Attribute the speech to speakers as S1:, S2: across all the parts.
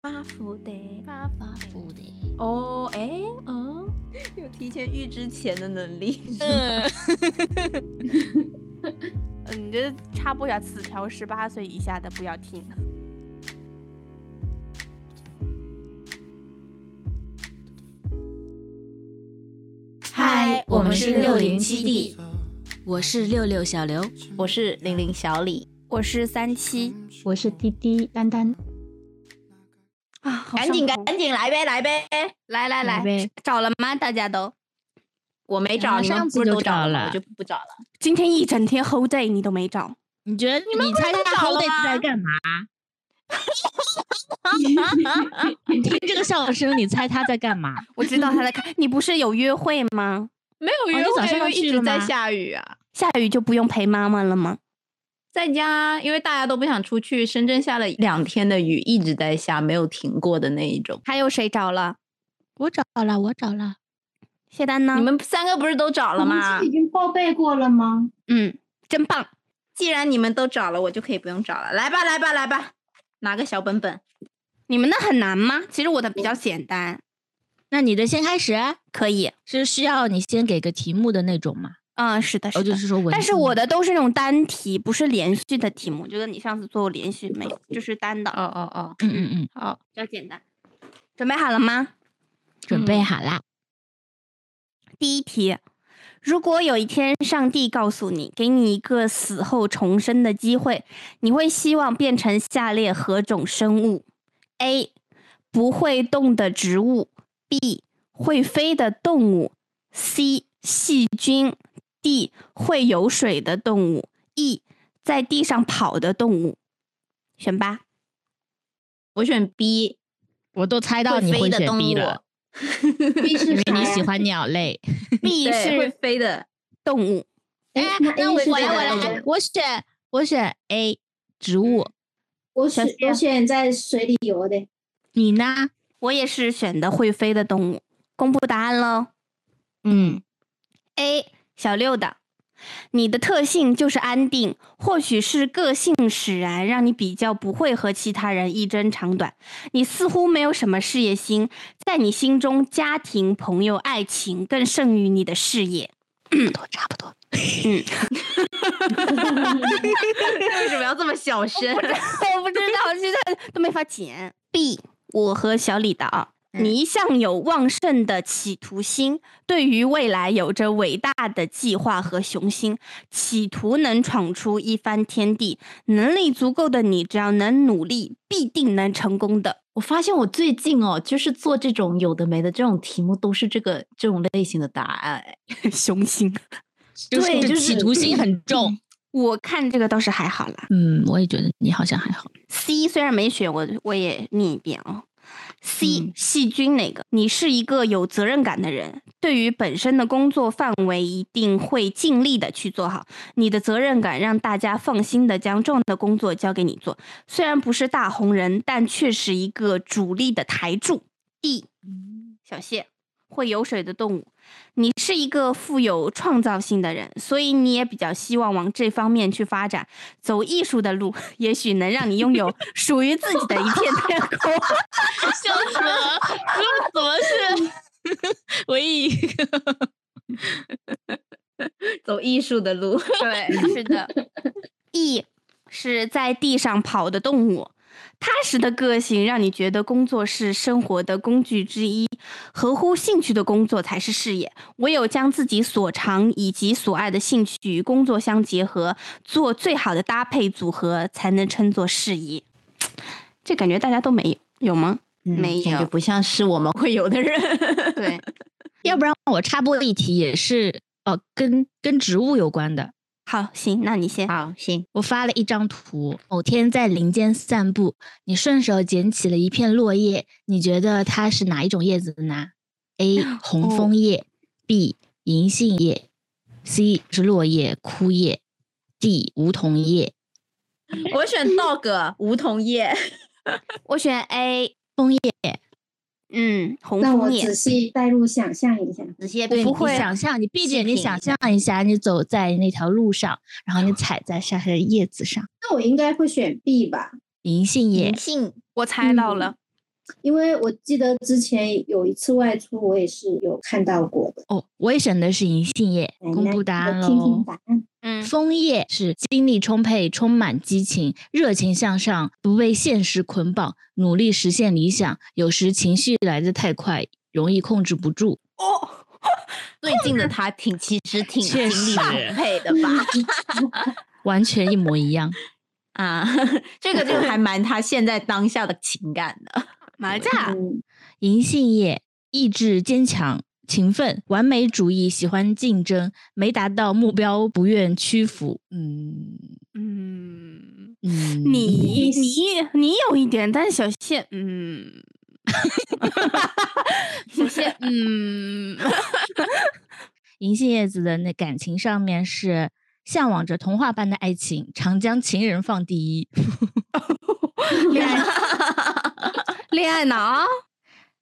S1: 发福得，
S2: 发
S3: 发福的。
S1: 哦，哎，嗯，有提前预知钱的能 力。
S3: 嗯，
S2: 嗯，你这插播一下，此条十八岁以下的不要听。
S3: 嗨，我们是六零基
S4: 地
S3: 地，我是六六小刘，
S5: 我是玲玲小李，
S2: 我是三七
S6: 我是滴滴丹丹，
S2: 啊，好
S5: 赶紧
S2: 上头
S5: 赶紧来呗哦来呗，
S6: 来来来呗，
S5: 找了吗？大家都，我没找，
S6: 啊
S5: 你们
S6: 上次
S5: 不是
S6: 就
S5: 都
S6: 找
S5: 了吗，
S6: 了
S5: 我就不找了。
S2: 今天一整天 whole day 你都没找，
S3: 你觉得你
S5: 们
S3: 你
S5: 不是
S3: 猜
S5: 都
S3: 他
S5: 找
S3: h o
S5: 了
S3: l
S5: 吗
S3: 在干嘛？你听这个笑声，你猜他在干嘛？
S2: 我知道他在看。你不是有约会吗？
S5: 没有
S3: 哦
S5: 约
S3: 你早
S5: 会，
S3: 上
S5: 因为
S3: 去
S5: 一
S3: 了
S5: 直在
S3: 吗
S5: 下雨啊，
S2: 下雨就不用陪妈妈了吗？
S5: 在家，因为大家都不想出去，深圳下了两天的雨，一直在下，没有停过的那一种。
S2: 还有谁找了？
S3: 我找了，我找了。
S2: 谢丹呢？
S5: 你们三个不是都找了吗
S6: 不是？已经报备过 了吗？
S2: 嗯，真棒。
S5: 既然你们都找了，我就可以不用找了。来吧，来吧，来吧，拿个小本本。
S2: 你们的很难吗？其实我的比较简单，
S3: 那你的先开始，啊
S2: 可以。
S3: 是需要你先给个题目的那种吗？
S2: 嗯，是的，
S3: 哦，
S2: 是
S3: 就
S2: 的。
S3: 是说文字吗，
S2: 但是我的都是那种单题，不是连续的题目，就跟你上次做连续没有，就是单的，
S5: 哦哦哦，
S3: 嗯嗯嗯，
S5: 好，
S2: 比较简单。准备好了吗？
S3: 准备好啦。
S2: 第一题，如果有一天上帝告诉你，给你一个死后重生的机会，你会希望变成下列何种生物？A. 不会动的植物；B. 会飞的动物；C. 细菌；D. 会游水的动物；E. 在地上跑的动物。选吧，
S5: 我选 B，
S3: 我都猜到你
S5: 会
S3: 会
S5: 飞的
S3: 选
S5: 动
S3: B
S5: 物，
S3: 了，
S6: 必
S3: 因
S6: 是
S3: 为
S6: 啥
S3: 你
S6: 呀
S3: 喜欢鸟类。
S2: b
S5: 对会
S2: 是
S5: 飞 的。
S2: 动物
S3: 哎
S6: 哎，，
S3: 那我
S6: 是
S3: 我来
S6: 这
S3: 我
S6: 个
S3: 来，我选我选 A 植物，
S6: 我
S2: 小
S6: 选
S2: 心
S3: 啊
S6: 我选在水里游的，
S3: 你呢？
S2: 我也是选的会飞的动物。公布答案喽。
S3: 嗯，
S2: A 小六的，你的特性就是安定，或许是个性使然，让你比较不会和其他人一争长短。你似乎没有什么事业心，在你心中，家庭、朋友、爱情更胜于你的事业。
S3: 差不多。
S5: 为什么要这么小声？
S2: 我不知 道，现在都没法剪。B，我和小李的啊，你一向有旺盛的企图心，对于未来有着伟大的计划和雄心，企图能闯出一番天地。能力足够的你，只要能努力，必定能成功的。
S5: 我发现我最近哦，就是做这种有的没的这种题目，都是这个这种类型的答案。哎
S2: 雄心，
S5: 对
S3: 就
S5: 就是是
S3: 企图心 很重。
S2: 我看这个倒是还好啦。
S3: 嗯，我也觉得你好像还好。
S2: C 虽然没选，我我也念一遍啊、C
S3: 嗯
S2: 细菌那个，你是一个有责任感的人，对于本身的工作范围一定会尽力的去做好。你的责任感让大家放心的将重要的工作交给你做，虽然不是大红人，但却是一个主力的台柱。D 小谢会游水的动物，你是一个富有创造性的人，所以你也比较希望往这方面去发展。走艺术的路，也许能让你拥 有属于自己的一片天空。
S3: 笑死了！这啊怎么是 唯一一个？
S5: 走艺术的路，
S2: 对，是的。E 是在地上跑的动物，踏实的个性让你觉得工作是生活的工具之一，合乎兴趣的工作才是事业。唯有将自己所长以及所爱的兴趣与工作相结合，做最好的搭配组合，才能称作事业。这感觉大家都没有，有吗？没
S5: 嗯感觉
S2: 有。
S5: 不像是我们会有的人。
S2: 对，
S3: 要不然我插播一题，也是哦，跟跟植物有关的。
S2: 好，行，那你先。
S5: 好，行，
S3: 我发了一张图，某天在林间散步，你顺手捡起了一片落叶，你觉得它是哪一种叶子呢？A. 红枫叶、b 银杏叶，C 是落叶枯叶，D 梧桐叶。
S5: 我选 dog 梧桐叶。
S2: 我选 A 枫叶，嗯，红
S6: 让我
S2: 枫叶
S6: 仔，细带入想象一下。
S5: 直接
S3: 对，
S5: 不
S3: 你
S5: 会
S3: 想象，你闭着
S5: 细
S3: 眼睛
S5: 品
S3: 想
S5: 一下哦
S3: 象一下，你走在那条路上，然后你踩在下面的叶子上，
S6: 那我应该会选 B 吧？
S3: 银杏叶
S5: 银。杏。
S2: 我猜到了，
S6: 因为我记得之前有一次外出，我也是有看到过的。
S3: 哦，我也选的是银杏叶，
S6: 来
S3: 公
S6: 来
S3: 布答
S6: 我
S3: 案
S6: 听听
S3: 喽。
S6: 答案。
S2: 嗯，
S3: 枫叶是精力充沛、充满激情、热情向上，不被现实捆绑，努力实现理想。有时情绪来得太快，容易控制不住。
S5: 最近的他挺其实挺
S3: 确
S5: 精力
S3: 实
S5: 充沛 的 吧？
S3: 完全一模一样。
S5: 啊，这个就还蛮他现在当下的情感的。
S2: 麻将
S6: 嗯，
S3: 银杏叶意志坚强、勤奋、完美主义，喜欢竞争，没达到目标不愿屈服。嗯
S2: 嗯，
S3: 嗯，
S2: 你你你有一点，但是小谢，嗯，小 谢，嗯，
S3: 银杏叶子的那感情上面是向往着童话般的爱情，常将情人放第一。
S2: 恋爱恋爱脑，啊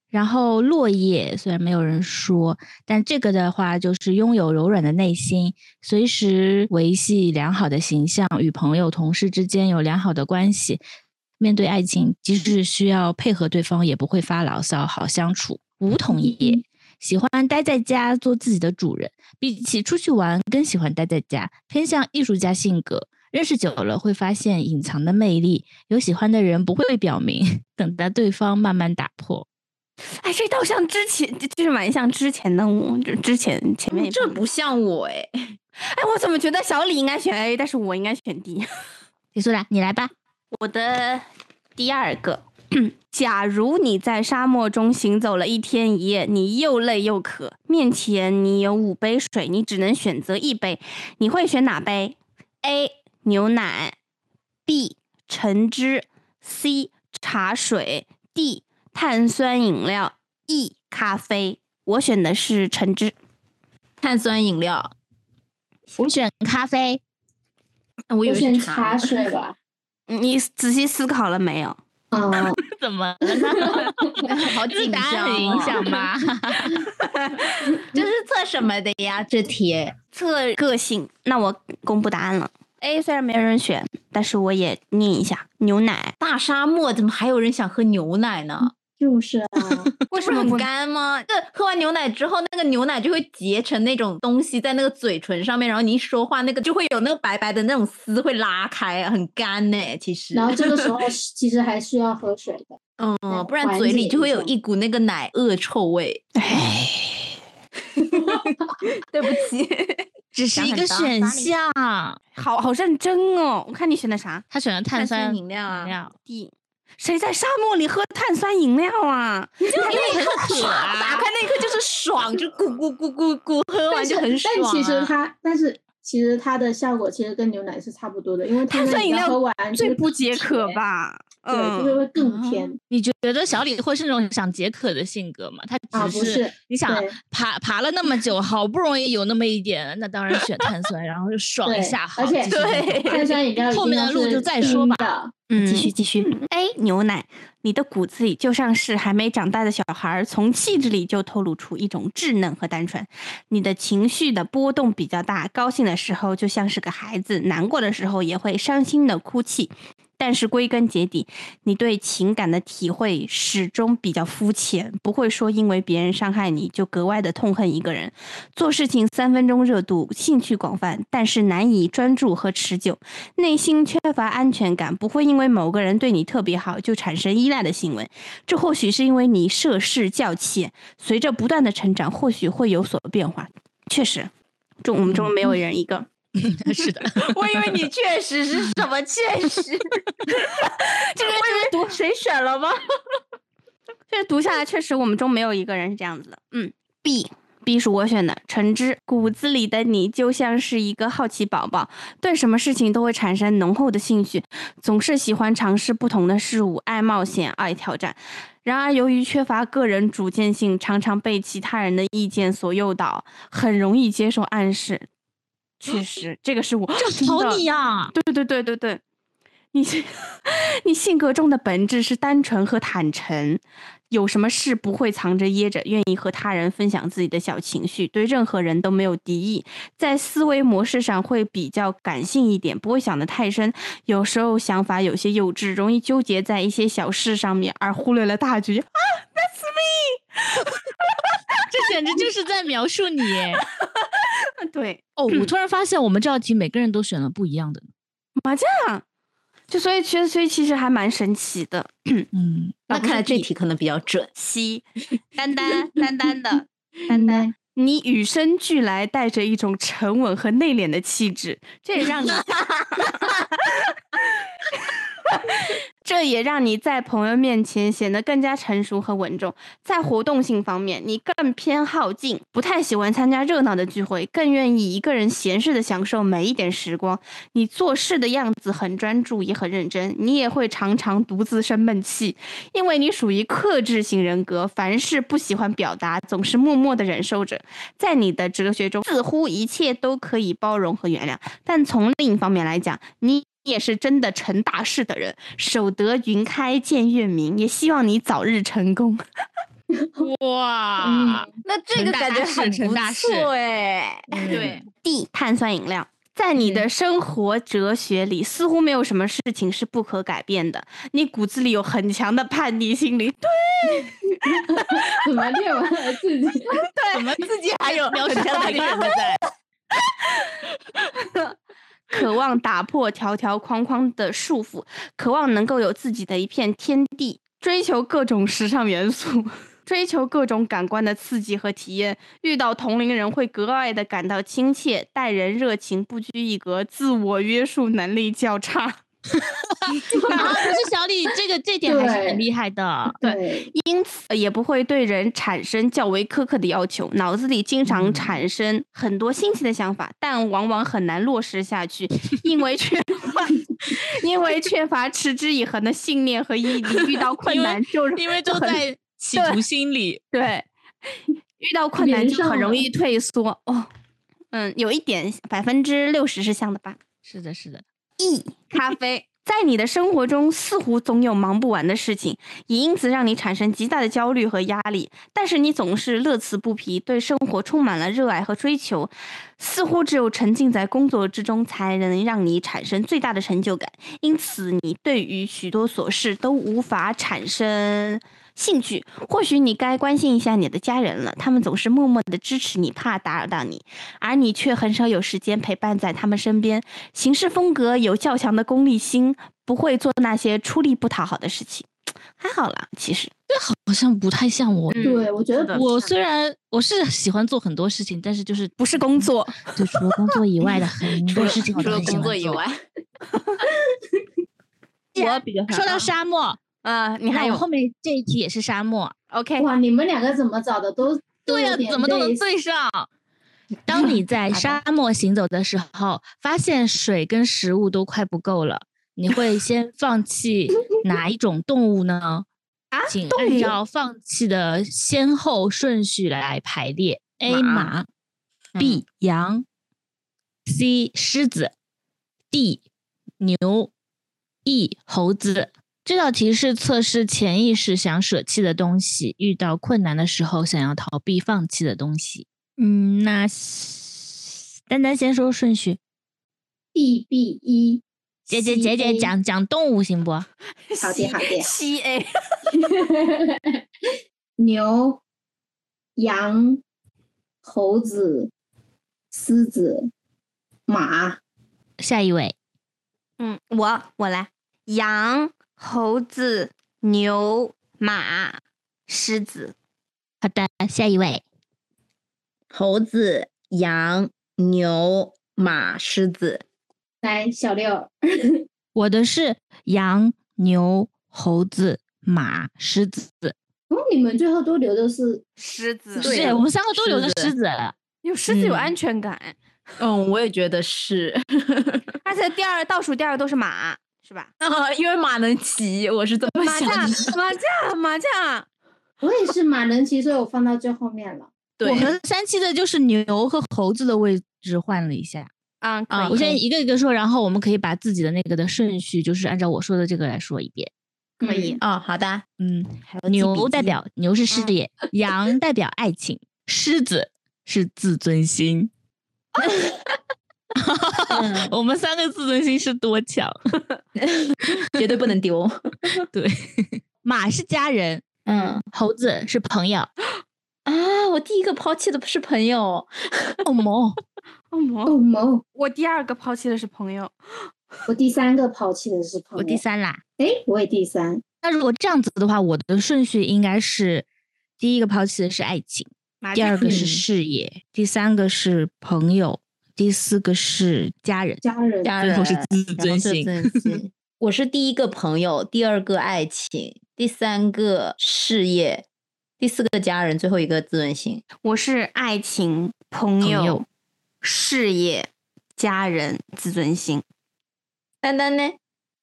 S3: 然后落叶虽然没有人说，但这个的话就是拥有柔软的内心，随时维系良好的形象，与朋友、同事之间有良好的关系。面对爱情，即使需要配合对方，也不会发牢骚，好相处。梧桐叶喜欢待在家做自己的主人，比起出去玩更喜欢待在家，偏向艺术家性格。认识久了会发现隐藏的魅力，有喜欢的人不会表明， 等待对方慢慢打破。
S2: 哎，这倒像之前，这这蛮像之前的我，就之前前面一
S5: 嗯这
S2: 部
S5: 不像我哎，
S2: 哎，我怎么觉得小李应该选 A，但是我应该选 D？
S3: 李苏兰，你来吧。
S2: 我的第二个， 假如你在沙漠中行走了一天一夜，你又累又渴，面前你有五杯水，你只能选择一杯，你会选哪杯？A. 牛奶，B. 橙汁，C. 茶水，D. 碳酸饮料，E. 咖啡。我选的是橙汁，
S5: 碳酸饮料，
S3: 我选咖啡，
S5: 我以
S6: 我
S5: 为
S6: 选
S5: 是
S6: 茶
S5: 茶。
S6: 水吧。
S2: 你仔细思考了没有？
S6: 啊，
S3: 怎么了呢？
S5: 好紧张、哦，
S3: 吧？
S5: 这是测什么的呀？这题
S2: 测个性，那我公布答案了。A 虽然没有人选，但是我也念一下：牛奶。
S5: 大沙漠怎么还有人想喝牛奶呢？
S6: 就是啊，
S5: 为什么很干吗？这喝完牛奶之后，那个牛奶就会结成那种东西在那个嘴唇上面，然后你一说话，那个就会有那个白白的那种丝会拉开，很干呢、其实，
S6: 然后这个时候是其实还是要喝水的。
S5: 嗯，不然
S6: 缓
S5: 嘴
S6: 解
S5: 里就
S6: 一
S5: 会有
S6: 下
S5: 一股那个奶恶臭味。
S2: 哎，
S5: 对不 起，
S3: 只是一个选项，
S2: 好好认真哦。我看你选的啥
S3: 他选了碳酸
S5: 饮料啊，
S3: 料，
S2: ？D。谁在沙漠里喝碳酸饮料啊？
S5: 因为很渴啊，打开那一刻就是爽，就咕咕咕咕咕，喝
S6: 但
S5: 完
S6: 是
S5: 就很爽、啊。
S6: 但其实它，但是其实它的效果其实跟牛奶是差不多的，因为它
S2: 碳
S6: 那
S2: 酸
S6: 你
S2: 饮
S6: 要
S2: 料
S6: 喝完
S2: 最
S6: 就
S2: 不
S6: 会
S2: 解
S6: 甜
S2: 渴？吧？
S6: 对，就是
S2: 嗯，
S6: 会更甜
S3: 你觉得小李会是那种想解渴的性格吗？他
S6: 啊，
S3: 只
S6: 不是，
S3: 你想
S6: 对
S3: 爬爬了那么久，好不容易有那么一点，那当然选碳酸，然后就爽
S6: 对
S3: 一下，好，
S6: 而且
S3: 继续运动
S6: 碳酸 饮料一
S3: 后
S6: 定
S3: 面
S6: 要
S3: 的路
S6: 是
S3: 就再说
S6: 冰
S3: 吧
S6: 的
S2: 嗯
S3: 继续继续。
S2: A 牛奶，你的骨子里就像是还没长大的小孩儿，从气质里就透露出一种稚嫩和单纯。你的情绪的波动比较大，高兴的时候就像是个孩子，难过的时候也会伤心的哭泣。但是归根结底，你对情感的体会始终比较肤浅，不会说因为别人伤害你就格外的痛恨一个人。做事情三分钟热度，兴趣广泛，但是难以专注和持久。内心缺乏安全感，不会因为某个人对你特别好就产生依赖的行为。这或许是因为你涉世较浅，随着不断的成长，或许会有所变化。确实，中我们中没有人一个。
S3: 是的，
S5: 我以为你确实是什 么确实，
S2: 这个就是读谁选了吗？ 这读下来确实我们中没有一个人是这样子的。嗯，B。B 是我选的，橙汁。骨子里的你就像是一个好奇宝宝，对什么事情都会产生浓厚的兴趣，总是喜欢尝试不同的事物，爱冒险，爱挑战。然而，由于缺乏个人主见性，常常被其他人的意见所诱导，很容易接受暗示。确实，这个是我 真的
S3: 好你呀，
S2: 对对对对对，你这 你性格中的本质是单纯和坦诚，有什么事不会藏着掖着，愿意和他人分享自己的小情绪，对任何人都没有敌意，在思维模式上会比较感性一点，不会想得太深，有时候想法有些幼稚，容易纠结在一些小事上面，而忽略了大局。 啊，That's me。
S3: 这简直就是在描述 你耶。
S2: 对，
S3: 哦，我突然发现我们这道题每个人都选了不一样的。
S2: 就所以其实所以其实还蛮神奇的。
S3: 嗯，
S5: 那
S2: 不是
S5: 看来这
S2: 地
S5: 题可能比较准。
S2: 七，丹丹丹丹的丹丹，你与生俱来带着一种沉稳和内敛的气质，这也让你，这也让你在朋友面前显得更加成熟和稳重。在活动性方面，你更偏好静，不太喜欢参加热闹的聚会，更愿意一个人闲适的享受每一点时光。你做事的样子很专注，也很认真，你也会常常独自生闷气，因为你属于克制型人格，凡事不喜欢表达，总是默默的忍受着。在你的哲学中，似乎一切都可以包容和原谅，但从另一方面来讲，你。也是真的成大事的人，守得云开见月明。也希望你早日成功。
S3: 嗯
S4: 哇，
S3: 啊
S6: 嗯
S5: 那这
S4: 成
S5: 个
S4: 大
S5: 感觉
S4: 事
S5: 很
S4: 成
S5: 不
S4: 大 事
S5: 错哎，
S4: 对，
S2: D 碳酸饮料。在你的生活哲学里，似乎没有什么事情是不可改变的。你骨子里有很强的叛逆心理，
S6: 怎么练完了自己？
S3: 嗯
S5: 怎么自己还有
S4: 描述
S5: 很强
S4: 到
S5: 的
S4: 你人的在，
S2: 渴望打破条条框框的束缚，渴望能够有自己的一片天地，追求各种时尚元素， 追求各种感官的刺激和体验。遇到同龄人会格外的感到亲切，待人热情，不拘一格，自我约束能力较差。
S3: 啊，可是小李这个这点还是很
S6: 对
S3: 厉害的。
S6: 对，
S2: 因此呃也不会对人产生较为苛刻的要求，脑子里经常
S3: 嗯
S2: 产生很多新奇的想法，但往往很难落实下去，因为 缺乏，因为缺乏持之以恒的信念和毅力，遇到困
S4: 因为
S2: 难就是
S4: 因为
S2: 就
S4: 都
S2: 很
S4: 在企
S2: 对
S4: 图心理，
S2: 对，遇到困难
S6: 连
S2: 就很
S6: 上
S2: 容
S6: 了
S2: 易退缩。哦，嗯，有一点百分之六十是像的吧。
S3: 是的，是的。
S2: 咖啡。在你的生活中，似乎总有忙不完的事情，也因此让你产生极大的焦虑和压力。但是你总是乐此不疲，对生活充满了热爱和追求，似乎只有沉浸在工作之中，才能让你产生最大的成就感。因此，你对于许多琐事都无法产生兴趣。或许你该关心一下你的家人了，他们总是默默的支持你，怕打扰到你。而你却很少有时间陪伴在他们身边。行事风格有较强的功利心，不会做那些出力不讨好的事情。还好啦，其实。
S3: 好像不太像我。
S6: 对我觉
S2: 嗯
S6: 得
S2: 是的
S3: 我虽然我是喜欢做很多事情，但是就是
S2: 不是工作，
S3: 对除了工作以外的很
S5: 除
S3: 多
S5: 了
S3: 事情我
S5: 除
S3: 都
S5: 了
S3: 很喜
S5: 工
S3: 欢
S5: 作以
S3: 做
S5: 外，，
S2: 我比较
S3: 说到沙漠，
S2: 啊，你
S3: 你
S2: 还
S3: 看
S2: 有
S3: 我后面这一题也是沙漠。
S2: OK，
S6: 哇，你们两个怎么找的都
S3: 对呀、怎么都能对上。 当你在沙漠行走的时候，发现水跟食物都快不够了，你会先放 弃哪一种动物呢？啊，请按照放弃的先后顺序来排列：A 马，B 嗯羊，C 狮子，D 牛，E 猴子。这道题是测试潜意识想舍弃的东西，遇到困难的时候想要逃避、放弃的东西。嗯，那丹丹先说顺序，
S6: B B E 一。
S3: 姐姐姐姐
S6: CA
S3: 讲讲动物行 不？
S6: 好的好的
S2: C A
S6: 牛、羊、猴子、狮子、马。
S3: 下一位，
S2: 嗯，我我来，羊、猴子、牛、马、狮子，
S3: 好的，下一位，
S5: 猴子、羊、牛、马、狮子。
S6: 来，小六，
S3: 我的是羊、牛、猴子、马、狮子。
S6: 哦，你们最后都留的是
S2: 狮子
S5: 对
S3: 是我们三个都
S5: 狮
S3: 留个
S5: 子
S3: 狮子，
S2: 有狮子有
S3: 嗯
S2: 安全感，
S5: 嗯，我也觉得是，
S2: 而且第二倒数第二个都是马，是吧？
S5: 啊，因为马能骑，我是这么
S2: 马
S5: 想
S2: 甲
S5: 的。
S2: 马甲马甲，
S6: 我也是马人骑，所以我放到最后面了。
S5: 对
S3: 我，们三期的就是牛和猴子的位置换了一下。
S2: 啊，可
S5: 啊
S2: 以
S3: 我先一个一个说，然后我们可以把自己的那个的顺序，就是按照我说的这个来说一遍。
S2: 可以，
S5: 哦，好的，
S3: 嗯，
S2: 有记笔
S3: 牛
S2: 记
S3: 代 表牛是事
S2: 嗯
S3: 业，羊代表爱情，狮子是自尊心。
S6: 嗯
S3: 我们三个自尊心是多 强？
S5: 绝对不能 丢。
S3: 对，马是家人，
S6: 嗯，
S3: 猴子是朋友。
S5: 啊，我第一个抛弃的是朋友，
S3: 哦萌，
S2: 哦魔，
S6: 哦某，
S2: 我第二个抛弃的是朋友，
S6: 我第三个抛弃的是朋
S3: 我
S6: 友，
S3: 第，三啦。
S6: 哎，我也第三，
S3: 那如果这样子的话，我的顺序应该是：第一个抛弃的是爱情，
S2: 麻
S3: 第
S2: 将
S3: 二个是
S5: 嗯
S3: 事业，第三个是朋友，第四个是家人，
S6: 家人，
S5: 家
S3: 最
S5: 人，
S3: 后是自
S5: 然后
S3: 尊
S5: 自
S3: 心。
S5: 尊心 我是第一个朋友，第二个爱情，第三个事业，第四个家人，最后一个自尊心。
S2: 我是爱情、朋
S3: 朋
S2: 友、
S3: 友
S2: 事业、家人、自尊心。
S5: 丹丹呢？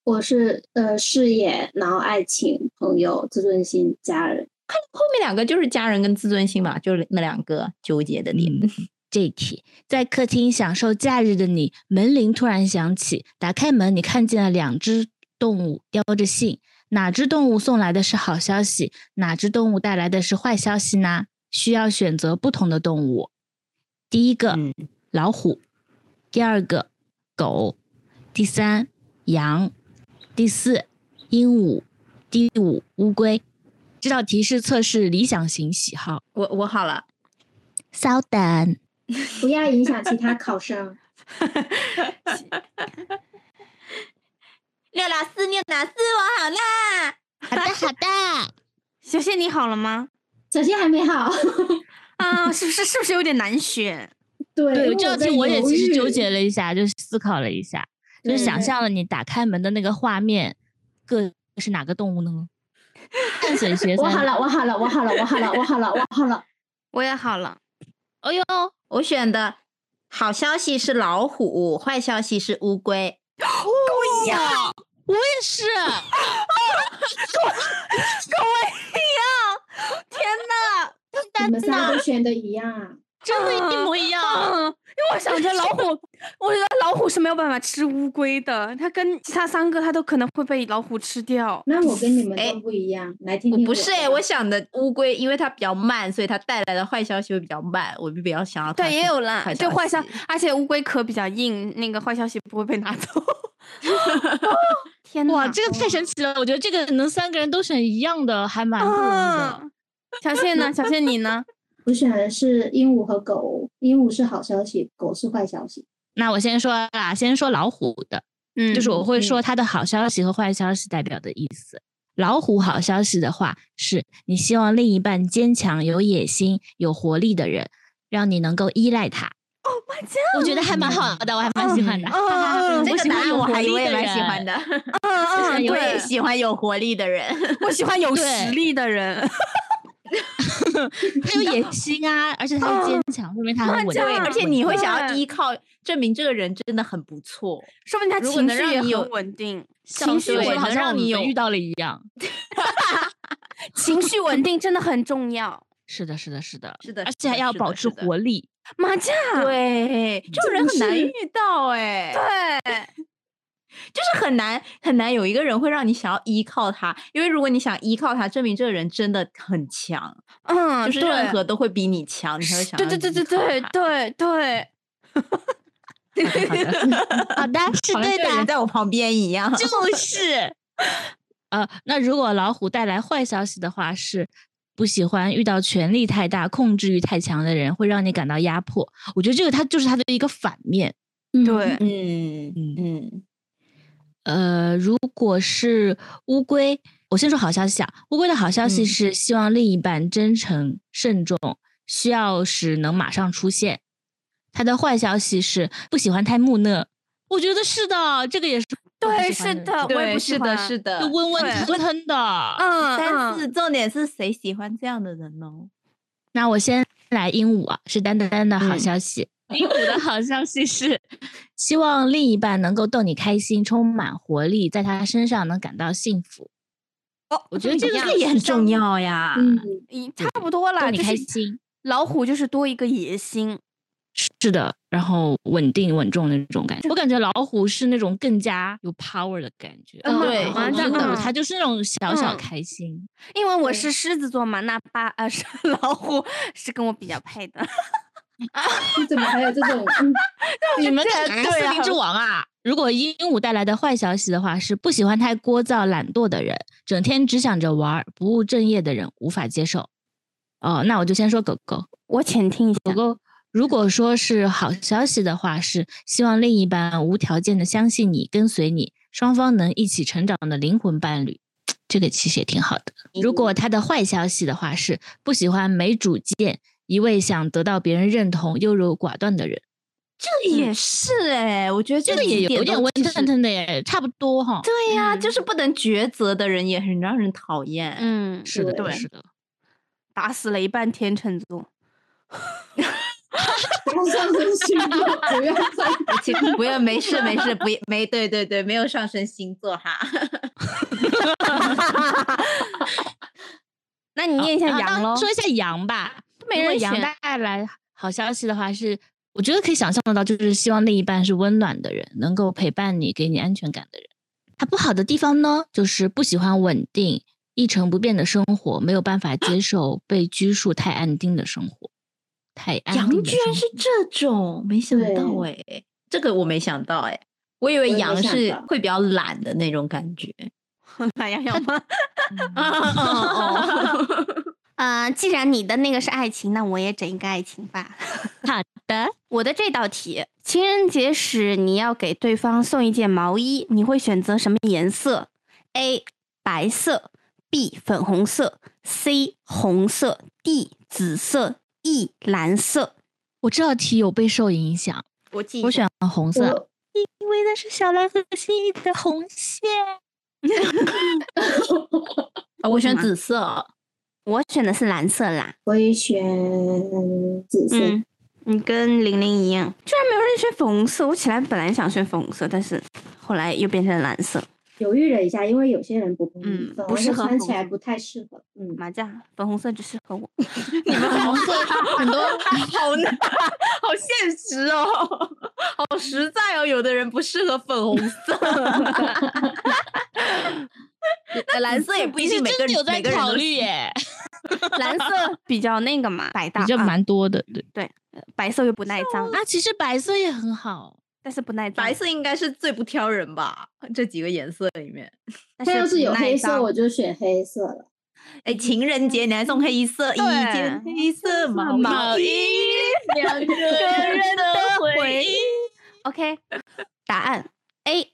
S6: 我是呃事业，然后爱情、朋友、自尊心、家人。
S5: 后面两个就是家人跟自尊心嘛，就是那两个纠结的点。
S3: 嗯这一题，在客厅享受假日的你，门铃突然响起，打开门，你看见了两只动物叼着信，哪只动物送来的是好消息，哪只动物带来的是坏消息呢？需要选择不同的动物。第一个、
S5: 嗯
S3: 老虎，第二个狗，第三羊，第四鹦鹉，第五乌龟。这道题是测试理想型喜好。
S5: 我我好了，
S3: 稍等，
S6: 不要影响其他考生。
S5: 六老四，六老四，我好啦。
S3: 好的，好的。
S2: 小谢，你好了吗？
S6: 小谢还没好，
S2: 啊，是不是是不是有点难选？
S6: 对 因
S3: 对
S6: 为
S3: 这道
S6: 在
S3: 题我也
S6: 犹
S3: 其实纠
S6: 豫
S3: 结了一下，就是思考了一下，就是
S6: 对
S3: 想
S6: 对
S3: 象了你打开门的那个画面，各是哪个动物呢？淡水 学
S6: 我
S3: 三
S6: 好了，我好了，我好了，我好了，我好了，我 好了。
S2: 我也好了，
S3: 哎呦，
S5: 我选的好消息是老虎，坏消息是乌龟。
S3: 我也是，
S2: 天哪！
S6: 你们三个都选的一样啊？
S3: 真的，一模一样。
S2: 嗯，因为我想着老虎， 我觉得老虎是没有办法吃乌龟的，它跟其他三个它都可能会被老虎吃掉。
S6: 那我跟你们
S5: 哎
S6: 都不一样，来听
S5: 我
S6: 听。
S5: 不是哎、我想的乌龟，因为它比较慢，所以它带来的坏消息会比较慢，我就比较想要它
S2: 对，
S5: 是
S2: 也有啦，对坏消
S5: 息，
S2: 而且乌龟壳比较硬，那个坏消息不会被拿 走。天
S3: 哇，
S2: 哪
S3: 这个太神奇了！我觉得这个能三个人都选一样的，还蛮不容易的。
S2: 嗯，小谢呢？小谢你呢？
S6: 我选的是鹦鹉和狗，鹦鹉是好消息，狗是坏消息。
S3: 那我先说啦，先说老虎的，
S2: 嗯，
S3: 就是我会说它的好消息和坏消息代表的意思。老虎好消息的话，是你希望另一半坚强、有野心、有活力的人，让你能够依赖他。我觉得还蛮好的，我还蛮喜欢的。
S2: 嗯嗯嗯
S5: 这
S3: 我
S5: 个
S3: 喜
S5: 答
S3: 欢
S5: 案
S3: 有
S5: 我
S3: 活
S5: 还以
S3: 力
S5: 为
S3: 的
S5: 蛮喜
S3: 人
S5: 欢的，
S2: 嗯
S3: 就是
S2: 嗯，
S3: 有
S5: 我
S2: 对
S5: 也，喜欢 有活力的 人。
S2: 我喜欢有
S3: 对
S2: 实力的人。
S3: 他有野心啊，而且他又坚强，说明他很稳
S2: 这
S3: 定。
S2: 样
S5: 对，而且你会想要
S2: 对
S5: 依靠，证明这个人真的很不错。
S2: 说不定他
S5: 如果
S2: 情
S5: 能让
S2: 绪也
S5: 你有
S2: 很稳定，
S3: 笑
S2: 情
S3: 死
S2: 绪
S3: 我
S5: 也
S3: 了
S2: 稳
S3: 好
S5: 能
S3: 像
S5: 让
S3: 我
S5: 你
S3: 们
S5: 有
S3: 遇到了一样。
S2: 情绪稳定真的很重要。
S3: 是的，是的，是的，
S5: 是的
S3: 而
S5: 是
S3: 且
S5: 的
S3: 还要
S5: 是
S3: 保
S5: 的
S3: 持
S5: 是的
S3: 活力。
S2: 麻将，
S5: 对，这种人很难遇到哎、
S2: 对，
S5: 就是很难很难有一个人会让你想要依靠他，因为如果你想依靠他，证明这个人真的很强，
S2: 嗯，
S5: 就是
S2: 对
S5: 任何都会比你强，你才会想
S2: 对
S5: 要
S2: 对对对
S5: 依靠
S2: 对
S5: 他
S2: 对对，
S3: 好的，是
S5: 好像
S3: 对
S5: 这个人
S3: 的，
S5: 在我旁边一样。
S3: 就是。呃，那如果老虎带来坏消息的话，是不喜欢遇到权力太大、控制欲太强的人，会让你感到压迫。我觉得这个它就是它的一个反面。
S6: 嗯
S2: 对
S5: 嗯
S3: 嗯
S5: 嗯，
S3: 呃，如果是乌龟，我先说好消息啊。乌龟的好消息
S5: 嗯
S3: 是希望另一半真诚、慎重，需要时能马上出现。它的坏消息是不喜欢太木讷。我觉得是的，这个也是我不
S2: 对
S3: 喜欢
S2: 是
S3: 的
S2: 的
S3: 这个
S2: 我也
S5: 对，
S2: 不喜
S5: 是的，
S2: 欢
S5: 是的
S3: 就。温温
S2: 对
S3: 吞吞的。
S2: 嗯
S5: 但是
S2: 嗯
S5: 重点是谁喜欢这样的人哦呢？
S3: 那我先来鹦鹉啊，是丹丹的好
S5: 嗯
S3: 消息。鹦鹉的好消息是，希望另一半能够逗你开心，充满活力，在他身上能感到幸福。
S2: 哦，
S3: 我觉得这个
S2: 一样
S5: 这也很
S2: 是张
S5: 重，要
S2: 啊
S5: 呀。
S6: 嗯，
S2: 一差不多
S3: 逗
S2: 啦，
S3: 你
S2: 就是
S3: 开心。
S2: 老虎就是多一个野心，
S3: 是的，然后稳定稳重那种感觉。我感觉老虎是那种更加有 power 的感觉，
S5: 嗯对
S3: 然后
S5: 嗯
S3: 真的，
S2: 嗯
S3: 它就是那种小小
S2: 嗯
S3: 开心。
S2: 因为我
S6: 对
S2: 是狮子座嘛，那八呃是 老虎是跟我比较配的。
S6: 你怎么还有这种？嗯，
S3: 你们
S2: 这
S3: 看
S2: 对
S3: 四
S2: 啊
S3: 明之王啊！如果鹦鹉带来的坏消息的话，是不喜欢太聒噪懒惰的人，整天只想着玩儿，不务正业的人无法接受。哦，那我就先说狗狗。
S2: 我浅听一下，
S3: 如果说是好消息的话，是希望另一半无条件的相信你、跟随你，双方能一起成长的灵魂伴侣。这个其实也挺好的。如果他的坏消息的话，是不喜欢没主见，一味想得到别人认同、优柔寡断的人。
S5: 这也是哎、我觉得
S3: 这个也
S5: 几
S3: 有
S5: 都
S3: 点温
S5: 其
S3: 腾
S5: 实。
S3: 腾的耶，差不多哈。
S5: 对呀、
S2: 嗯
S5: 就是不能抉择的人也很让人讨厌。
S2: 嗯，
S3: 是的，
S6: 对
S3: 是的。
S2: 打死了一半天秤座，
S6: 不要上升星座，不 要上升。
S5: 而且不要，没事没事，不没对对对，没有上升星座哈。
S6: 啊
S2: 哦那你念一下
S3: 啊
S2: 羊
S3: 那
S2: 喽。
S3: 说一下羊吧。
S2: 没
S3: 如果
S2: 人
S3: 羊
S2: 选
S3: 带来好消息的话是，我觉得可以想象得到，就是希望另一半是温暖的人，能够陪伴你、给你安全感的人。他不好的地方呢，就是不喜欢稳定、一成不变的生活，没有办法接受被拘束太安定的生活。太安定
S5: 羊
S3: 的
S5: 居然
S3: 生
S5: 是这种，没想到
S6: 对
S5: 哎、这个我没想到哎、我以为
S6: 我也没
S5: 羊
S6: 想
S5: 是
S6: 到
S5: 会比较懒的那种感 觉。
S2: 懒羊羊吗？
S5: 哦
S3: 活嗯
S2: 呃，既然你的那个是爱情，那我也整一个爱情吧。
S3: 好
S2: 的，我的这道题，情人节时你要给对方送一件毛衣，你会选择什么颜色？A. 白色，B. 粉红色，C. 红色，D. 紫色，E. 蓝色。
S3: 我这道题有备受影响，
S2: 我记
S3: 我选了红色，
S6: 我
S3: 因为那是小蓝和心意的红线。
S5: 啊我选
S2: 什么
S5: 紫色，
S2: 我选的是蓝色啦。
S6: 我也选紫色。
S2: 嗯，你跟玲玲一样，居然没有人选粉红色。我起来本来想选粉红色，但是后来又变成了蓝色。
S6: 犹豫了一下，因为有些人不
S2: 嗯
S6: 粉
S2: 不
S6: 红
S2: 适
S6: 色
S2: 合
S6: 穿
S2: 红
S6: 起来
S2: 色
S6: 不太适合。嗯，
S2: 麻将粉红色只适合我。
S5: 你们红色很 多，好难，好现实哦，好实在哦。有的人不适合粉红色， 那蓝色也不一
S3: 你是
S5: 定每个
S3: 真的
S5: 人
S3: 有在
S5: 每个人
S3: 考
S5: 都
S3: 虑耶，
S2: 蓝色比较那个嘛，百搭
S3: 比较
S2: 啊，
S3: 蛮多的，对。
S2: 白色又不耐脏，
S3: 啊，其实白色也很好。
S2: 但是不耐脏。
S5: 白，色应该是最不挑人吧？这几个颜色里面，
S2: 但
S6: 那要是
S2: 不
S6: 有
S2: 耐
S6: 黑色，
S2: 脏
S6: 我就选黑色了。
S5: 哎，情人节你还送黑色衣件，
S2: 对
S5: 黑色毛
S3: 毛衣
S5: 两个人的回忆。
S2: OK，答案 A，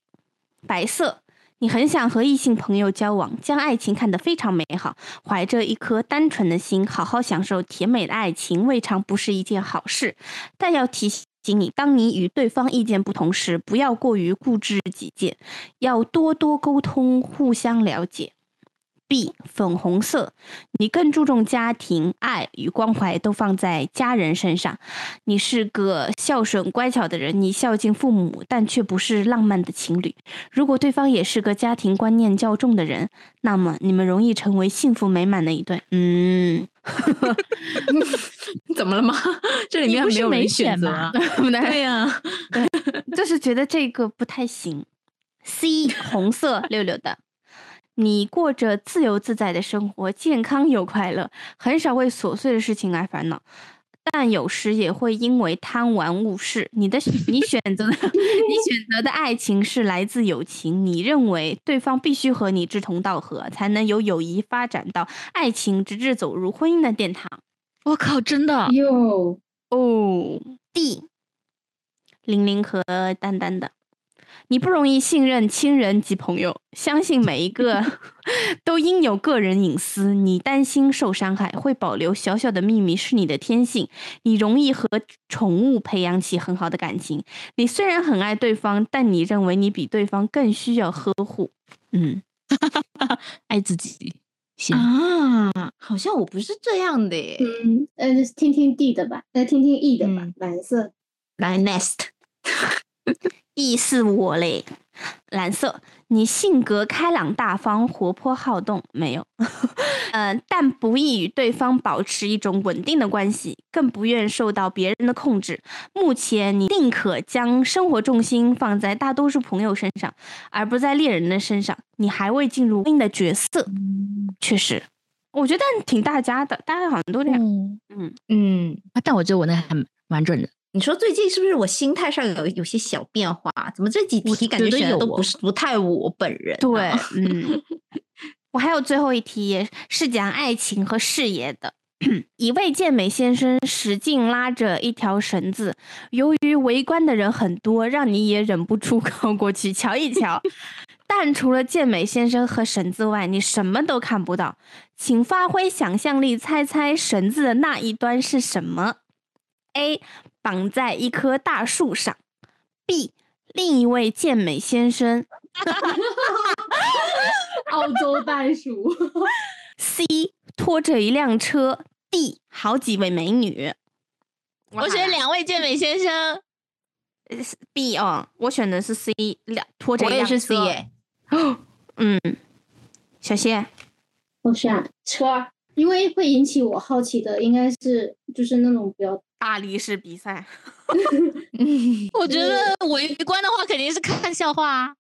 S2: 白色。你很想和异性朋友交往，将爱情看得非常美好，怀着一颗单纯的心，好好享受甜美的爱情，未尝不是一件好事。但要提醒你，当你与对方意见不同时，不要过于固执己见，要多多沟通，互相了解。B 粉红色，你更注重家庭、爱与关怀都放在家人身上，你是个孝顺乖巧的人，你孝敬父母，但却不是浪漫的情侣。如果对方也是个家庭观念较重的人，那么你们容易成为幸福美满的一对。嗯，
S5: 怎么了吗？这里
S3: 你
S5: 面
S3: 不
S5: 没
S3: 是
S5: 有
S3: 没
S5: 人
S3: 选
S5: 选择
S3: 吗
S5: 啊。
S2: 不能
S5: 对呀、
S2: 就是觉得这个不太行。C 红色六六的，你过着自由自在的生活，健康又快乐，很少为琐碎的事情而烦恼。但有时也会因为贪玩误事。你的你选择的你选择的爱情是来自友情，你认为对方必须和你志同道合，才能由友谊发展到爱情，直至走入婚姻的殿堂。
S3: 我靠，真
S2: 啊
S3: 的
S6: 哟，
S2: 哦，D，玲玲和丹丹的，你不容易信任亲人及朋友，相信每一个都应有个人隐私。你担心受伤害，会保留小小的秘密是你的天性。你容易和宠物培养起很好的感情。你虽然很爱对方，但你认为你比对方更需要呵护。嗯
S3: 爱自己。行，
S5: 啊，好像我不是这样的耶。
S6: 嗯，呃，听听 D 的吧，呃，听听 E 的吧
S5: 嗯，
S6: 蓝色。
S5: 来，next，
S2: ，E 是我嘞，蓝色，你性格开朗大方、活泼好动，没有， 呃，但不易与对方保持一种稳定的关系，更不愿受到别人的控制。目前你宁可将生活重心放在大多数朋友身上，而不在恋人的身上。你还未进入婚姻的角色，确实，我觉得挺大家的，大家好像都这样。
S3: 嗯
S2: 嗯，
S5: 嗯，
S3: 啊但我觉得我那还蛮蛮准的。
S5: 你说最近是不是我心态上有有些小变化？怎么这几
S3: 我
S5: 题感觉
S3: 觉得
S5: 选的都
S3: 有
S5: 不
S3: 哦
S5: 是不太我本人？
S2: 对，嗯。我还有最后一题，也是讲爱情和事业的。一位健美先生使劲拉着一条绳子，由于围观的人很多，让你也忍不住 靠过去瞧一瞧。但除了健美先生和绳子外，你什么都看不到。请发挥想象力，猜猜绳子的那一端是什么？A. 绑在一棵大树上。B. 另一位健美先生
S6: 澳洲袋鼠，
S2: C 拖着一辆车，D 好几位美女。
S5: 我
S2: 啊
S5: 选两位健美先生，
S2: B 哦，我选的是 C 两拖着一
S5: 我也
S2: 辆车。
S5: 是 C 哎，
S2: 嗯，小谢，
S6: 我选哦啊车儿，因为会引起我好奇的应该是就是那种比较
S2: 大力士比赛，
S5: 我
S6: 觉得
S5: 围观的话肯定是看笑话啊。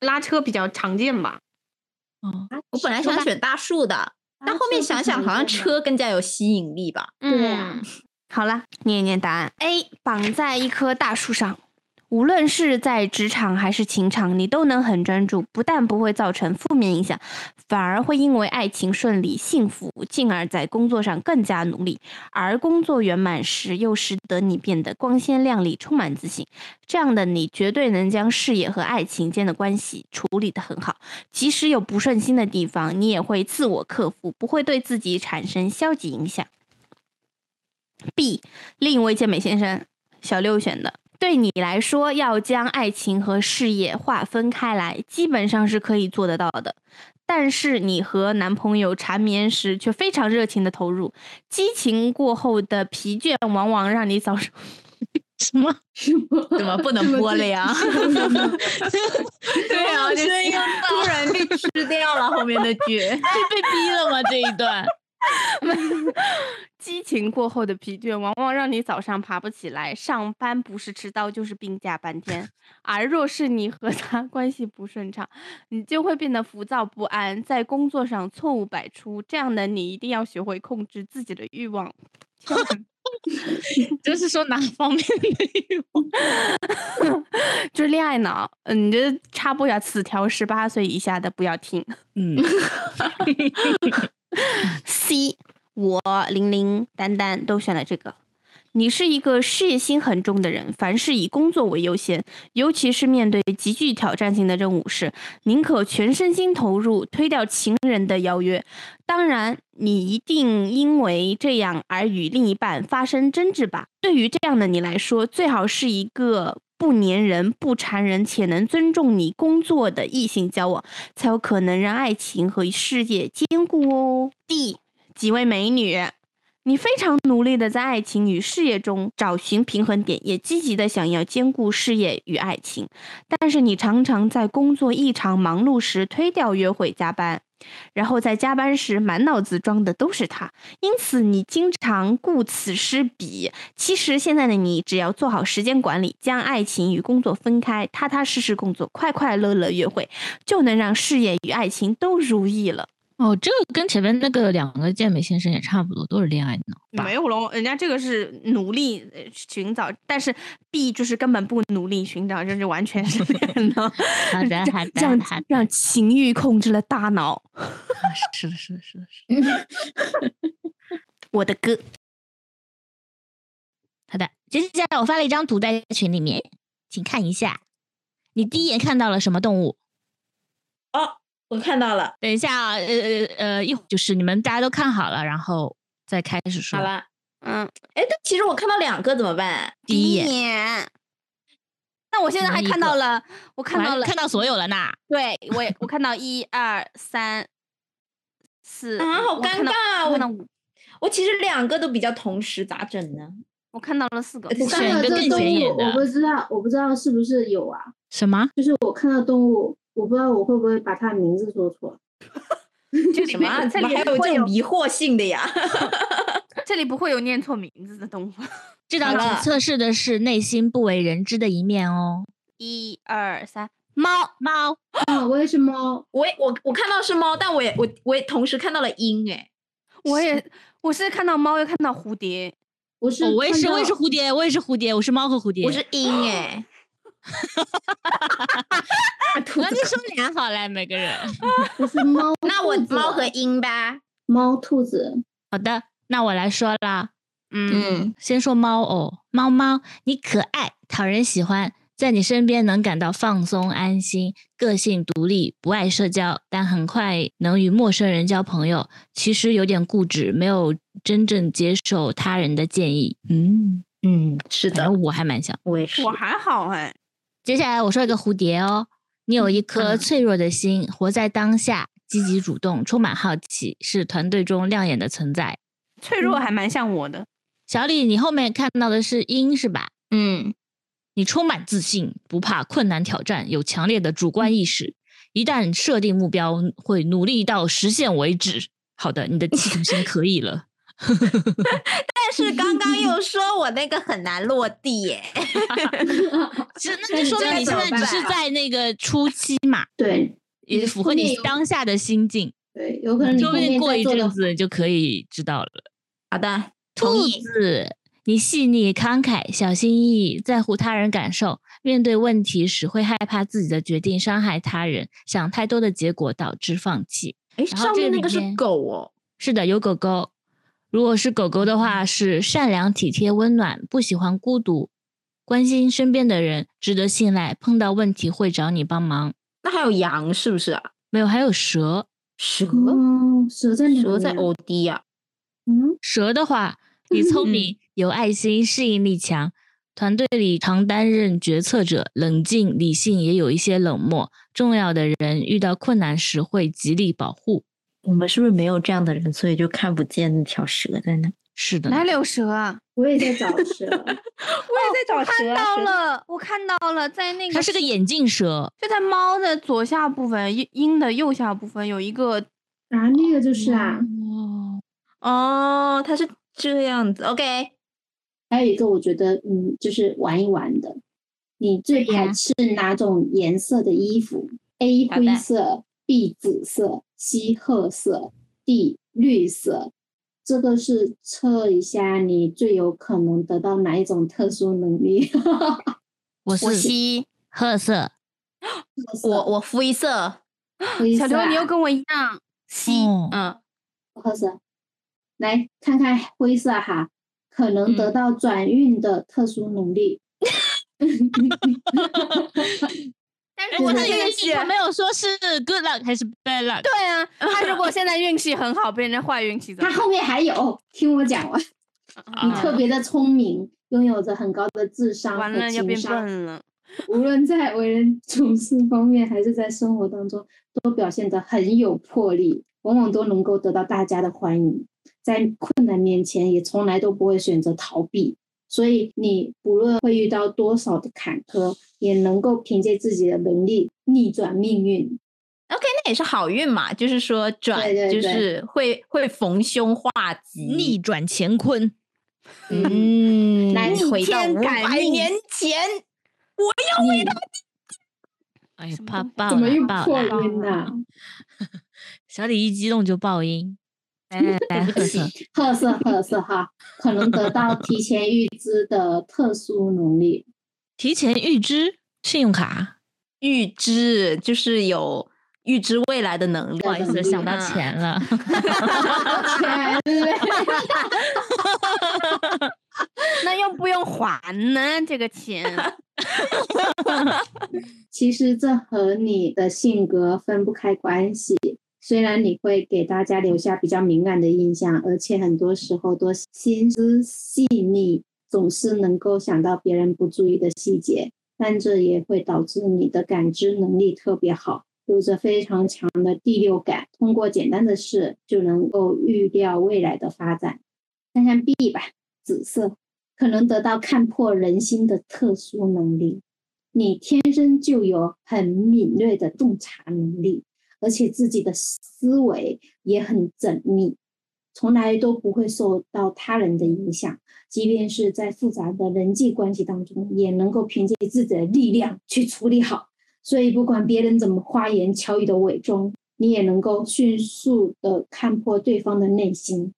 S2: 拉车比较常见吧？
S5: 我本来想选大树的，但后面想想好像车更加有吸引力吧。
S6: 对啊
S2: 嗯，好了，念一念答案。A 绑在一棵大树上，无论是在职场还是情场，你都能很专注，不但不会造成负面影响，反而会因为爱情顺利、幸福，进而在工作上更加努力。而工作圆满时，又使得你变得光鲜亮丽、充满自信。这样的你绝对能将事业和爱情间的关系处理得很好。即使有不顺心的地方，你也会自我克服，不会对自己产生消极影响。B，另一位健美先生小六选的。对你来说，要将爱情和事业划分开来，基本上是可以做得到的。但是你和男朋友缠绵时却非常热情的投入，激情过后的疲倦往往让你早上
S3: 什么？
S5: 怎 么不能啊播了呀？ 对 啊，就又突然被吃掉了后面的句。
S3: 被逼了吗？这一 段？
S2: 激情过后的疲倦，往往让你早上爬不起来。上班不是迟到，就是病假半天。而若是你和他 关系不顺畅，你就会变得浮躁不安，在工作上错误百出。这样的你一定要学会控制自己的欲望。
S3: 这是说哪方面的欲望？
S2: 就是恋爱脑，嗯，你就插播一下，此条十八岁以下的不要听。
S3: 嗯，
S2: C，我玲玲、丹丹都选了这个。你是一个事业心很重的人，凡事以工作为优先，尤其是面对极具挑战性的任务时，宁可全身心投入，推掉情人的邀约。当然，你一定因为这样而与另一半发生争执吧？对于这样的你来说，最好是一个不粘人、不缠人且能尊重你工作的异性交往，才有可能让爱情和事业兼顾哦。D 几位美女，你非常努力的在爱情与事业中找寻平衡点，也积极的想要兼顾事业与爱情，但是你常常在工作异常忙碌时推掉约会加班。然后在加班时满脑子装的都是他，因此你经常顾此失彼。其实现在的你，只要做好时间管理，将爱情与工作分开，踏踏实实工作，快快乐乐约会，就能让事业与爱情都如意了。
S3: 哦，这个跟前面那个两个健美先生也差不多，都是恋爱脑吧。
S2: 没有咯，人家这个是努力呃寻找，但是 B 就是根本不努力寻找，就是完全是恋 脑，
S3: 好的，好
S2: 这样
S3: 的，好的，
S2: 让情欲控制了大脑。
S3: 啊是的，是的，是的，是的。
S2: 我的歌，
S3: 好的，接下来我发了一张图在群里面，请看一下。你第一眼看到了什么动物？
S5: 我看到了，
S3: 等一下啊，呃呃呃，一会儿就是你们大家都看好了，然后再开始说。
S5: 好，了。
S2: 嗯，
S5: 哎，但其实我看到两个怎么办？
S3: 第一眼
S2: 眼。那我现在
S3: 什么
S2: 还
S3: 一
S2: 看到
S3: 个
S2: 了，我看
S3: 完
S2: 到了，
S3: 看到所有了呢。
S2: 对我也我看到一二三四
S5: 啊
S2: 五
S5: 好
S2: 我
S5: 尴
S2: 看到
S5: 尬
S2: 我看
S5: 我
S2: 到五，
S5: 我其实两个都比较同时，咋整呢？
S2: 我看到了四个
S5: 呃，
S6: 我
S5: 三
S6: 看了
S5: 个
S3: 更
S6: 这
S3: 显
S6: 动
S3: 眼
S6: 物，我
S3: 的
S6: 不知道，我不知道是不是有啊？
S3: 什么？
S6: 就是我看到动物，我不知道我会不会把它的名字说错。
S2: 这里
S5: 什么
S2: 面
S5: 啊？
S2: 有
S5: 怎
S2: 这
S5: 么
S2: 里
S5: 还有
S2: 不会
S5: 这
S2: 有
S5: 种迷惑性的呀？
S2: 这里不会有念错名字的动物。
S3: 这
S5: 好
S3: 道
S5: 了
S3: 题测试的是内心不为人知的一面哦。
S2: 一二三，猫
S3: 猫，
S6: 啊，我也是猫，
S5: 我也我我看到是猫，但我也我我也同时看到了鹰哎、
S2: 我也我是看到猫又看到蝴蝶，
S6: 我是
S3: 哦我也
S6: 看
S3: 是，
S6: 到
S3: 我也是蝴蝶，我也是蝴蝶，我是猫和蝴蝶。
S5: 我是鹰 哎、欸。兔
S3: 我
S5: 子，
S3: 跟你说俩好了，每个人。
S6: 我是猫
S5: 那我
S6: 兔子
S5: 猫和鹰吧。
S6: 猫兔子，
S3: 好的，那我来说啦。
S2: 嗯，
S5: 嗯，
S3: 先说猫哦，猫猫，你可爱，讨人喜欢，在你身边能感到放松安心，个性独立，不爱社交，但很快能与陌生人交朋友。其实有点固执，没有真正接受他人的建议。嗯，
S5: 嗯，是
S3: 反
S5: 的，
S3: 正我还蛮像。
S5: 我也是
S2: 我。还好哎，
S3: 接下来我说一个蝴蝶哦，你有一颗脆弱的心，活在当下，积极主动，充满好奇，是团队中亮眼的存在。
S2: 脆弱
S5: 嗯
S2: 还蛮像我的。
S3: 小李，你后面看到的是鹰是吧？
S5: 嗯，
S3: 你充满自信，不怕困难挑战，有强烈的主观意识，一旦设定目标，会努力到实现为止。好的，你的企图心可以 了。
S5: 但是刚刚又说我那个很难落地耶、
S3: 是，那
S5: 那
S3: 就
S5: 你
S3: 说
S5: 这
S3: 明
S5: 该
S3: 你
S5: 怎
S3: 现
S5: 么
S3: 在只是
S5: 办
S3: 在那个初期嘛，
S6: 对
S3: 也
S6: 啊你
S3: 符
S6: 后
S3: 合你
S6: 面有
S3: 当下的心境。
S6: 对，有可能你
S3: 说
S6: 后
S3: 不定
S6: 面
S3: 过
S6: 再
S3: 一
S6: 做的
S3: 阵子就可以知道了。
S5: 好的，同
S3: 兔
S5: 意。
S3: 子，你细腻、慷慨、小心翼翼，在乎他人感受，面对问题时会害怕自己的决定伤害他人，想太多的结果导致放弃。
S5: 哎，
S3: 然后
S5: 上
S3: 这
S5: 面那
S3: 里
S5: 个是
S3: 面
S5: 狗哦。
S3: 是的，有狗狗。如果是狗狗的话，是善良、体贴、温暖，不喜欢孤独，关心身边的人，值得信赖，碰到问题会找你帮忙。
S5: 那还有羊是不是啊？
S3: 没有，还有蛇。
S5: 蛇，
S6: 哦，蛇在哪
S5: 蛇在
S6: 里啊
S5: 欧弟啊。
S6: 嗯，
S3: 蛇的话，你聪明、有爱心、适应力强，团队里常担任决策者，冷静、理性，也有一些冷漠。重要的人遇到困难时会极力保护。
S5: 我们是不是没有这样的人，所以就看不见那条蛇在那？
S3: 是的呢，
S2: 哪里有蛇啊？
S6: 我也在找蛇，
S2: 我也在找
S5: 蛇
S2: 看
S5: 啊
S2: 到
S5: 蛇
S2: 了，我看到了，在那个
S3: 它是个眼镜蛇，
S2: 就在猫的左下部分，鹰鹰的右下部分有一个
S6: 啊，那个就是 啊，
S5: 哦，它是这样子。OK，
S6: 还有一个我觉得，嗯，就是玩一玩的。你最
S3: 呀
S6: 排斥哪种颜色的衣服？A
S5: 好的
S6: 灰色，B 紫色，C 褐色，D 绿色。这个是测一下你最有可能得到哪一种特殊能力。 褐
S3: 我是
S2: 七。
S3: 褐色。
S5: 我
S6: 色、
S5: 我灰色。
S6: 灰色
S2: 小
S6: 啊，
S2: 刘，你又跟我一样，七。
S3: 哦
S5: 嗯，
S6: 褐色。来看看灰色哈，可能
S2: 嗯
S6: 得到转运的特殊能力。
S2: 但
S3: 哎我
S6: 我
S3: 的
S6: 的
S3: 运气没有说是 good luck 还是 bad luck，
S2: 对啊，他如果现在运气很好，被人家坏运气怎
S6: 它
S2: 么
S6: 后面还有，听我讲完。
S3: 啊
S2: 啊
S6: 你特别的聪明，拥有着很高的智商
S2: 办？完
S6: 和
S2: 了要
S6: 情
S2: 变
S6: 商，
S2: 笨了。
S6: 无论在为人处事方面还是在生活当中，都表现得很有魄力，往往都能够得到大家的欢迎。在困难面前，也从来都不会选择逃避，所以你不论会遇到多少的坎坷，也能够凭借自己的能力逆转命运。
S5: OK，那也是好运嘛，就是说转，
S6: 对对
S5: 就
S6: 对
S5: 是会会逢凶化吉，
S3: 逆转乾坤。
S6: 嗯，
S5: 嗯，
S6: 来
S5: 回到
S2: 天
S5: 五
S2: 改
S5: 百
S2: 命
S5: 年前，
S6: 你
S3: 哎呦
S2: 什，么
S3: 怕
S2: 东西
S3: 爆
S6: 怎么
S3: 了
S6: 又
S3: 爆
S6: 破
S3: 了！
S6: 音了？
S3: 小李一激动就爆 音。哎来来，褐色。
S6: 褐色，褐色哈，可能得到提前预知的特殊能力。
S3: 提前预支信用卡，
S5: 预知就是有预知未来的能力。
S3: 不好意思，
S6: 嗯
S3: 想到钱了。
S2: 那用不用还呢？这个钱
S6: 其实这和你的性格分不开关系。虽然你会给大家留下比较敏感的印象，而且很多时候都心思细腻，总是能够想到别人不注意的细节，但这也会导致你的感知能力特别好，有着非常强的第六感，通过简单的事就能够预料未来的发展。看看 B 吧，紫色可能得到看破人心的特殊能力。你天生就有很敏锐的洞察能力，而且自己的思维也很缜密，从来都不会受到他人的影响。即便是在复杂的人际关系当中，也能够凭借自己的力量去处理好。所以，不管别人怎么花言巧语的伪装，你也能够迅速的看破对方的内心。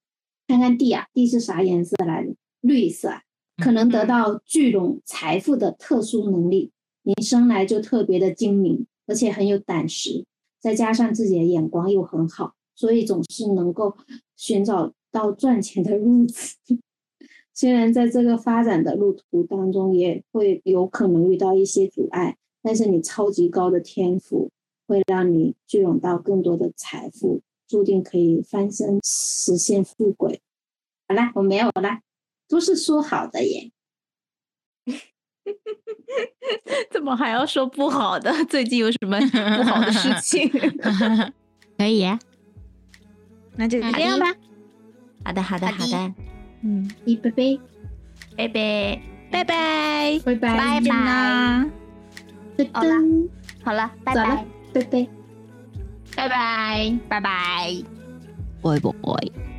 S6: 看看地啊，地是啥颜色来的？绿色啊。可能得到聚拢财富的特殊能力，你生来就特别的精明，而且很有胆识，再加上自己的眼光又很好，所以总是能够寻找到赚钱的路子。 虽然在这个发展的路途当中，也会有可能遇到一些阻碍，但是你超级高的天赋会让你聚拢到更多的财富，注定可以翻身实现富贵。好啦，我没有啦，都是说好的耶。
S1: 怎么还要说不好 的？最近有什 么不好的事情？
S3: 可以、啊，
S5: 那就
S3: 这样吧。
S5: 好的，好的，好的，
S3: 嗯，
S6: 一杯杯，
S5: 拜拜，
S2: 拜拜。
S6: 拜拜，
S5: 拜拜，
S6: 噔
S5: 好啦
S6: 噔，
S5: 好了，拜
S6: 走
S5: 拜
S6: 了，，拜拜。
S5: 拜拜，拜拜。
S3: 拜拜。